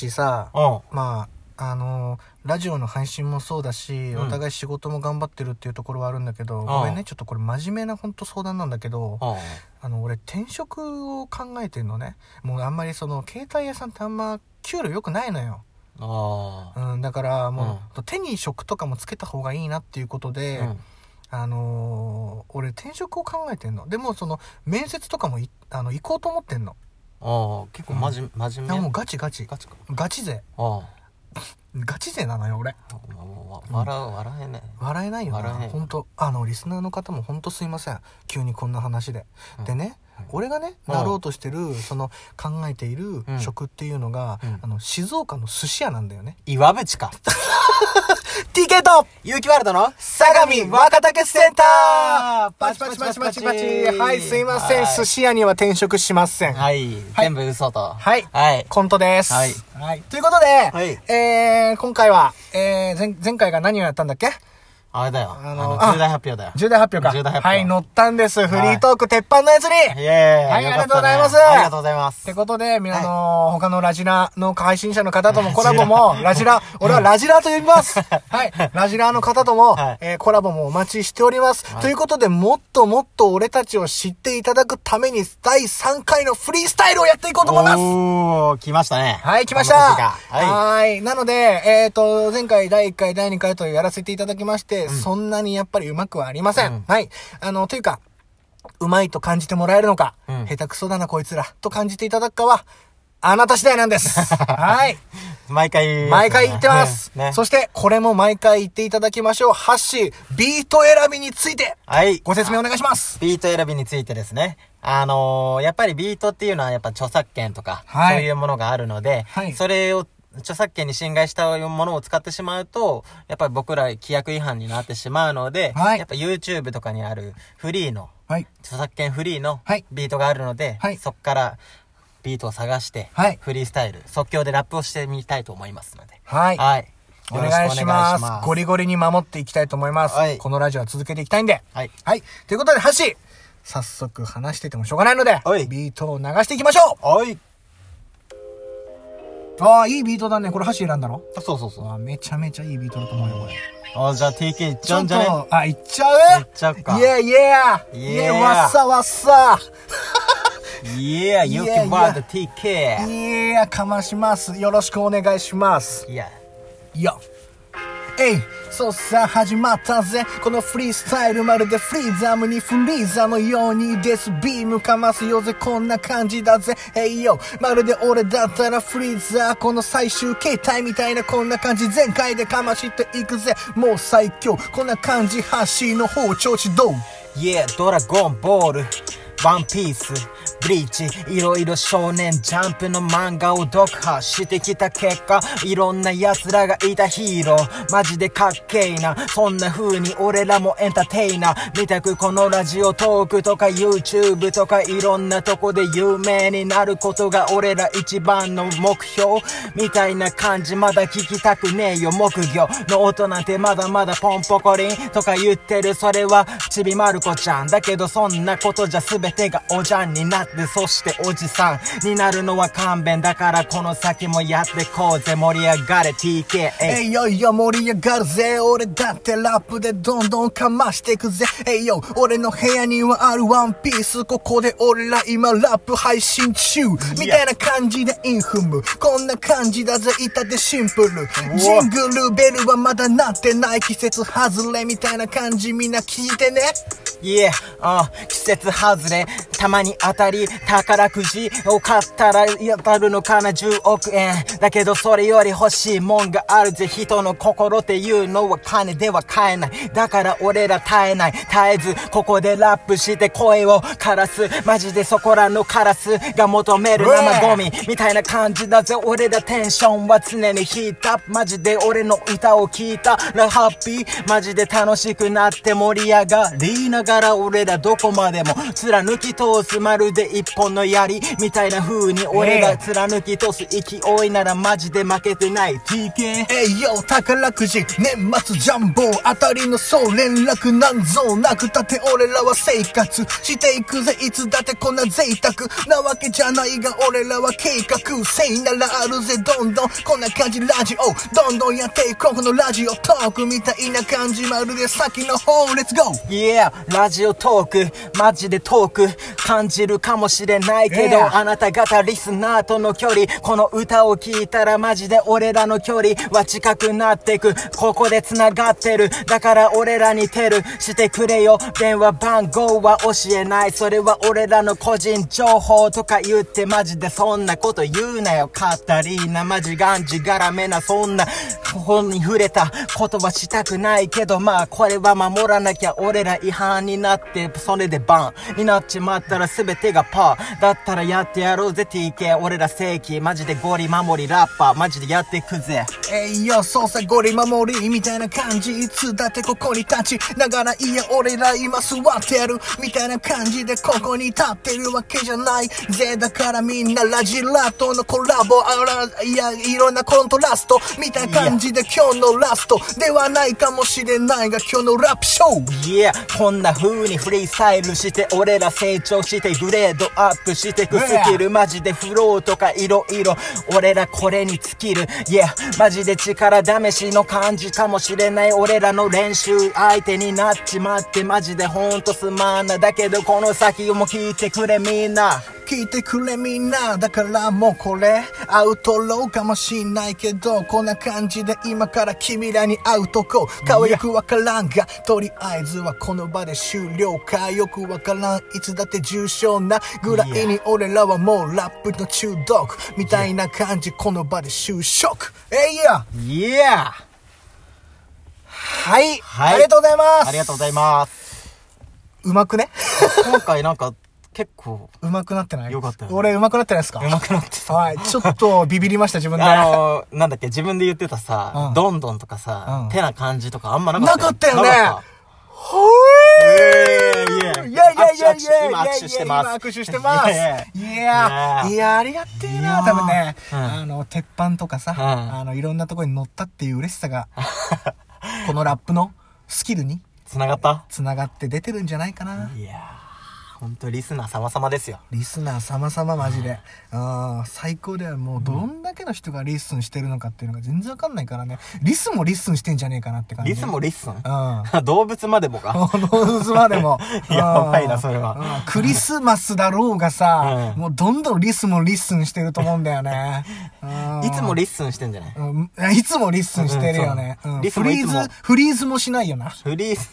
橋さ、うん。まあ、あのーラジオの配信もそうだし、うんお互い仕事も頑張ってるっていうところはあるんだけど、んごめんね、ちょっとこれ真面目な本当相談なんだけど、うん。あの、俺転職を考えてるのね。もうあんまりその、携帯屋さんってあんま給料良くないのよ。あうん、だからもうんう、手に職とかもつけた方がいいなっていうことあ。で、うん。あのー俺転職を考えてんの。でもその、面接とかもいあの行こうと思ってんの。ああ、結構真面目、真あも面目う。ガチガチ。ガチか。ガチ勢。ああ。ガチ勢なのよ、俺。わわ笑う、笑えね笑えないよな笑えない本当あのリスナーの方も本当すいません急にこんな話で、うんでね、はい俺がねうんなろうとしてるその考えているうん食っていうのが、うんあの静岡の寿司屋なんだよね、岩 淵か。 TK と有機ワールドの相模若竹センターパチパチパチパチパチはいすいません、はい寿司屋には転職しませんい、はい。全部嘘と。はいはい。コントです、はい。はい。ということで、いえー、今回は、えー、前前回が何をやったんだっけあれだよ。ああのの、あ重大発表だよ。重大発表か重大発表はい乗ったんですフリートーク、鉄板のやつにイェーイ。はいありがとうございますありがとうございまっすて。ことで、皆の、他のラジラの配信者の方 ともコラボも、ラジラ、俺はラジラと呼びます。はい。ラジラの方とも、はいえーコラボもお待ちしております。いということで、もっともっと俺たちを知っていただくために、第3回のフリースタイルをやっていこうと思います。おー、来ましたね。はい、来ました。こんな時がははい。なので、えっ、と、前回第1回、第2回とやらせていただきまして、そんなにやっぱりうまくはありません。うんはい。あの、というか、うまいと感じてもらえるのか、うん下手くそだなこいつらと感じていただくかは、あなた次第なんです。 はい。い。毎回。毎回言ってます。ね。そして、これも毎回言っていただきましょう。ハッシー、ビート選びについて、はい。ご説明お願いします。ビート選びについてですね。あのーやっぱりビートっていうのはやっぱ著作権とか、はいそういうものがあるので、はいそれを、著作権に侵害したものを使ってしまうと、やっぱり僕ら規約違反になってしまうので、はいやっぱ YouTube とかにあるフリーの、はい。著作権フリーのはいビートがあるので、はいそっからビートを探して、はいフリースタイル、即興でラップをしてみたいと思いますので。はい。はい。およろ願くいします。ゴリゴリに守っていきたいと思います。はいこのラジオは続けていきたいんで。はい。はい。ということで、ハッシー早速話しててもしょうがないのではい、ビートを流していきましょはい。うああ、いいビートだね。これハッシー選んだろあそうそうそう。ああ、めちゃめちゃいいビートだと思うよ、これ。あ、じゃあ TK いっちちゃょうんっじゃねと、あ、いっちゃういっちゃうかイェイイェイイェイ Yeah わっさわっさ ?Yeah, you Yeah, can buy the yeah. TK! イェイかまします。よろしくお願いします。いや、よえいそうさ始まったぜこのフリースタイルまるでフリーザムにフリーザのようにですビームかますよぜこんな感じだぜえいよまるで俺だったらフリーザーこの最終形態みたいなこんな感じ全開でかましていくぜもう最強こんな感じ橋の方調子どう Yeah, ドラゴンボール、ワンピース、ブリーチ、いろいろ少年ジャンプの漫画を読破してきた結果、いろんな奴らがいたヒーロー、マジでかっけえな。そんな風に俺らもエンターテイナー。見たくこのラジオトークとか YouTube とかいろんなとこで有名になることが俺ら一番の目標。みたいな感じまだ聞きたくねえよ、木魚の音なんてまだまだポンポコリンとか言ってるそれはちびまる子ちゃんだけどそんなことじゃ全てがおじゃんになってそしておじさんになるのは勘弁だからこの先もやってこうぜ盛り上がれ TK えいよいよ盛り上がるぜ俺だってラップでどんどんかましていくぜえいよ俺の部屋にはあるワンピースここで俺ら今ラップ配信中みたいな感じでインフムこんな感じだぜ至ってシンプルジングルベルはまだなってない季節外れみたいな感じみんな聞いてねいえ、あ季節外れ、たまに当たり、宝くじを買ったら当たるのかな、10億円。だけどそれより欲しいもんがあるぜ、人の心っていうのは金では買えない。だから俺ら耐えない、絶えず、ここでラップして声を枯らす。マジでそこらのカラスが求める生ゴミ、みたいな感じだぜ、俺らテンションは常にヒートアップ。マジで俺の歌を聴いたらハッピー。マジで楽しくなって盛り上がりなががら俺らどこまでも貫き通すまるで一本の槍みたいな風に俺えらえ貫き通す勢いならマジで負けてない TK えいよ宝くじ年末ジャンボ当たりの総連絡なんぞなくたって俺らは生活していくぜいつだってこんな贅沢なわけじゃないが俺らは計画せいならあるぜどんどんこんな感じラジオどんどんやっていこうこのラジオトークみたいな感じまるで先の方レッツゴー Yeah ラジオトークマジでトーク感じるかもしれないけど、 Yeah あなた方リスナーとの距離この歌を聴いたらマジで俺らの距離は近くなってくここで繋がってるだから俺らにテルしてくれよ電話番号は教えないそれは俺らの個人情報とか言ってマジでそんなこと言うなよカタリーナマジがんじがらめなそんな本に触れたことはしたくないけどまあこれは守らなきゃ俺ら違反になってそれでバンになっちまったら全てがパーだったらやってやろうぜ TK 俺ら正規マジでゴリ守りラッパーマジでやってくぜえいよ、そうさ、ゴリ守りみたいな感じ。いつだってここに立ちながら、いや、俺ら今座ってるみたいな感じでここに立ってるわけじゃないぜ。だからみんなラジラとのコラボ、あら、いや、いろんなコントラストみたいな感じで今日のラストではないかもしれないが、今日のラップショー Yeah こんな風にフリースタイルして俺ら成長してグレードアップしてく Yeah スキルマジでフローとかいろいろ俺らこれに尽きる Yeah マジで力試しの感じかもしれない俺らの練習相手になっちまってマジでほんとすまんなだけどこの先も聞いてくれみんな聞いてくれみんなだからもうこれアウトローかもしんないけどこんな感じで今から君らに会うとこかわよくわからんがとりあえずはこの場で終了かよくわからんいつだって重症なぐらいに俺らはもうラップの中毒みたいな感じこの場で就職えいや Yeah はい、はいありがとうございますありがとうございますうまくね今回なんか結構うまくなってないよかった俺うまくなってないですか上手くなってたはいちょっとビビりました自分であのー、なんだっけ、自分で言ってたさ、うんどんどんとかさ、うん手な感じとかあんまなかなったかったよねなかっほたええーいいややいやいやい握手や握手今握手してます。今握手してます。いいややいやーいや、ありがてえいやな、ー多分ね。うんあの、鉄板とかさ、うんあの、いろんなとこに乗ったっていう嬉しさ が、このラップのスキルに繋がった繋がって出てるんじゃないかな。いやー、ほんとリスナー様様ですよ。リスナー様々マジで。あー最高だよ。もうどんだけの人がリッスンしてるのかっていうのが全然わかんないからね。リスもリッスンしてんじゃねえかなって感じ。リスもリッスンうん。動物までもか。。このまでも やばいなそれはうん。クリスマスだろうがさ、うんもうどんどんリスもリッスンしてると思うんだよ ね。うんいつもリッスンしてんじゃないうんいつもリッスンしてるよね。うんそううんリスフもいリつーもズ、フリーズもしないよ な。フリース。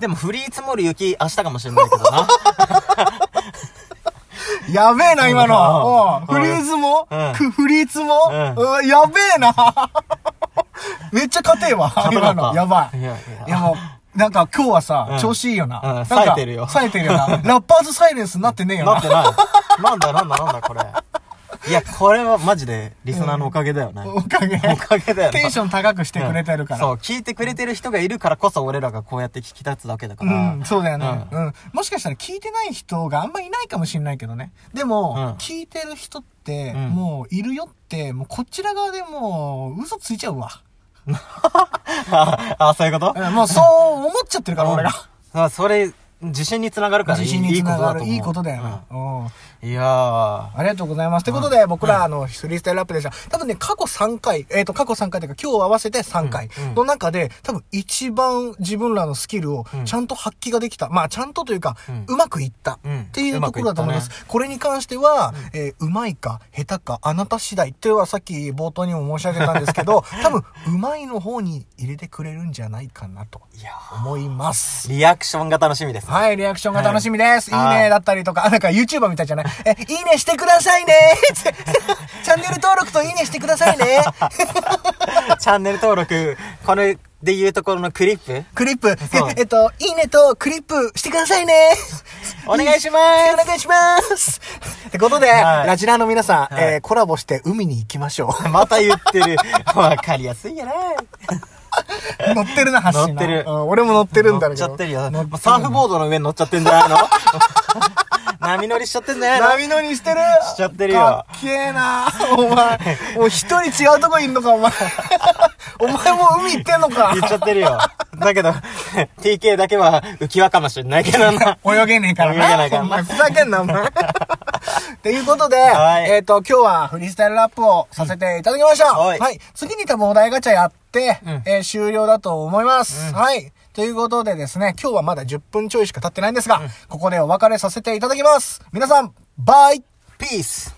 でも、フリー積もる雪、明日かもしれないけどな。やべえな、今の。うんうんフリーズもうんくフリーズもううんやべえな。 めっちゃ硬いわ、硬かった今の。やばい。いやいやいやもう、なんか今日はうさん、調子いいよな。うんなんか冴えてるよ冴えてるよな。ラッパーズサイレンスになってねえよなっなて。ない。なんだなんだなんだこれ。いや、これはマジで、リスナーのおかげだよね。おかげ。おかげだよねテンション高くしてくれてるかそら。う、聞いてくれてる人がいるからこそ俺らがこうやって聞き立つだけだかうら。ん、そうだよね、ううん。もしかしたら聞いてない人があんまいないかもしれないけどね。でも、うん聞いてる人って、うんもういるよって、もうこちら側でもう嘘ついちゃうわ。ああ、そういうことうんもうそう思っちゃってるから、俺ら。あそれ、自信につながるからいい自信につながる。いいいいここととだだよと思な、うん。う。うんいやー。ありがとうございます。ということで、僕ら、あの、フリースタイルラップでした。多分ね、過去3回、えっ、と、過去3回というか、今日合わせて3回うんうんの中で、多分一番自分らのスキルをうんちゃんと発揮ができた。まあ、ちゃんとというか、うんうまくいった、うんっていうところだと思います。うまくこれに関しては、えーうまいか、下手か、あなた次第っていうのはさっき冒頭にも申し上げたんですけ ど、多分、うまいの方に入れてくれるんじゃないかなといや思います。リアクションが楽しみです。はい、リアクションが楽しみです。はいい、いはいねだったりとか、あ、 なんか YouTuber みたいじゃないえ、いいねしてくださ いねチャンネル登録といいねしてください ねチャンネル登録、これで言うところのクリップ、クリップそ う、えっと、いいねとクリップしてくださいね お願いしまお願いしますってことで、はいラジラーの皆さん、はいえーコラボして海に行きましょう。 す。また言ってる。わかりやすいやな。乗ってるな、橋な。 乗ってるうん俺も乗ってるんだろ乗うっけちど。ゃってるよ。乗もっうサーフボードの上に乗っちゃってんじゃない の波乗りしちゃってんじゃないの波乗りしてるしちゃってるよかっけえなお前。もう一人違うとこいんのか、お 前。お前もう海行ってんのか。言っちゃってるよ。だけど、TK だけは浮き輪かもしれないけどな。泳げねえからな。泳げないからお前ふざけんな、お前。ということで、はいえっ、と、今日はフリースタイルラップをさせていただきました。はいはい。次に多分お題ガチャやって、うんえー終了だと思います、はい。ということでですね、今日はまだ10分ちょいしか経ってないんですが、ここでお別れさせていただきます。皆さん、バイピース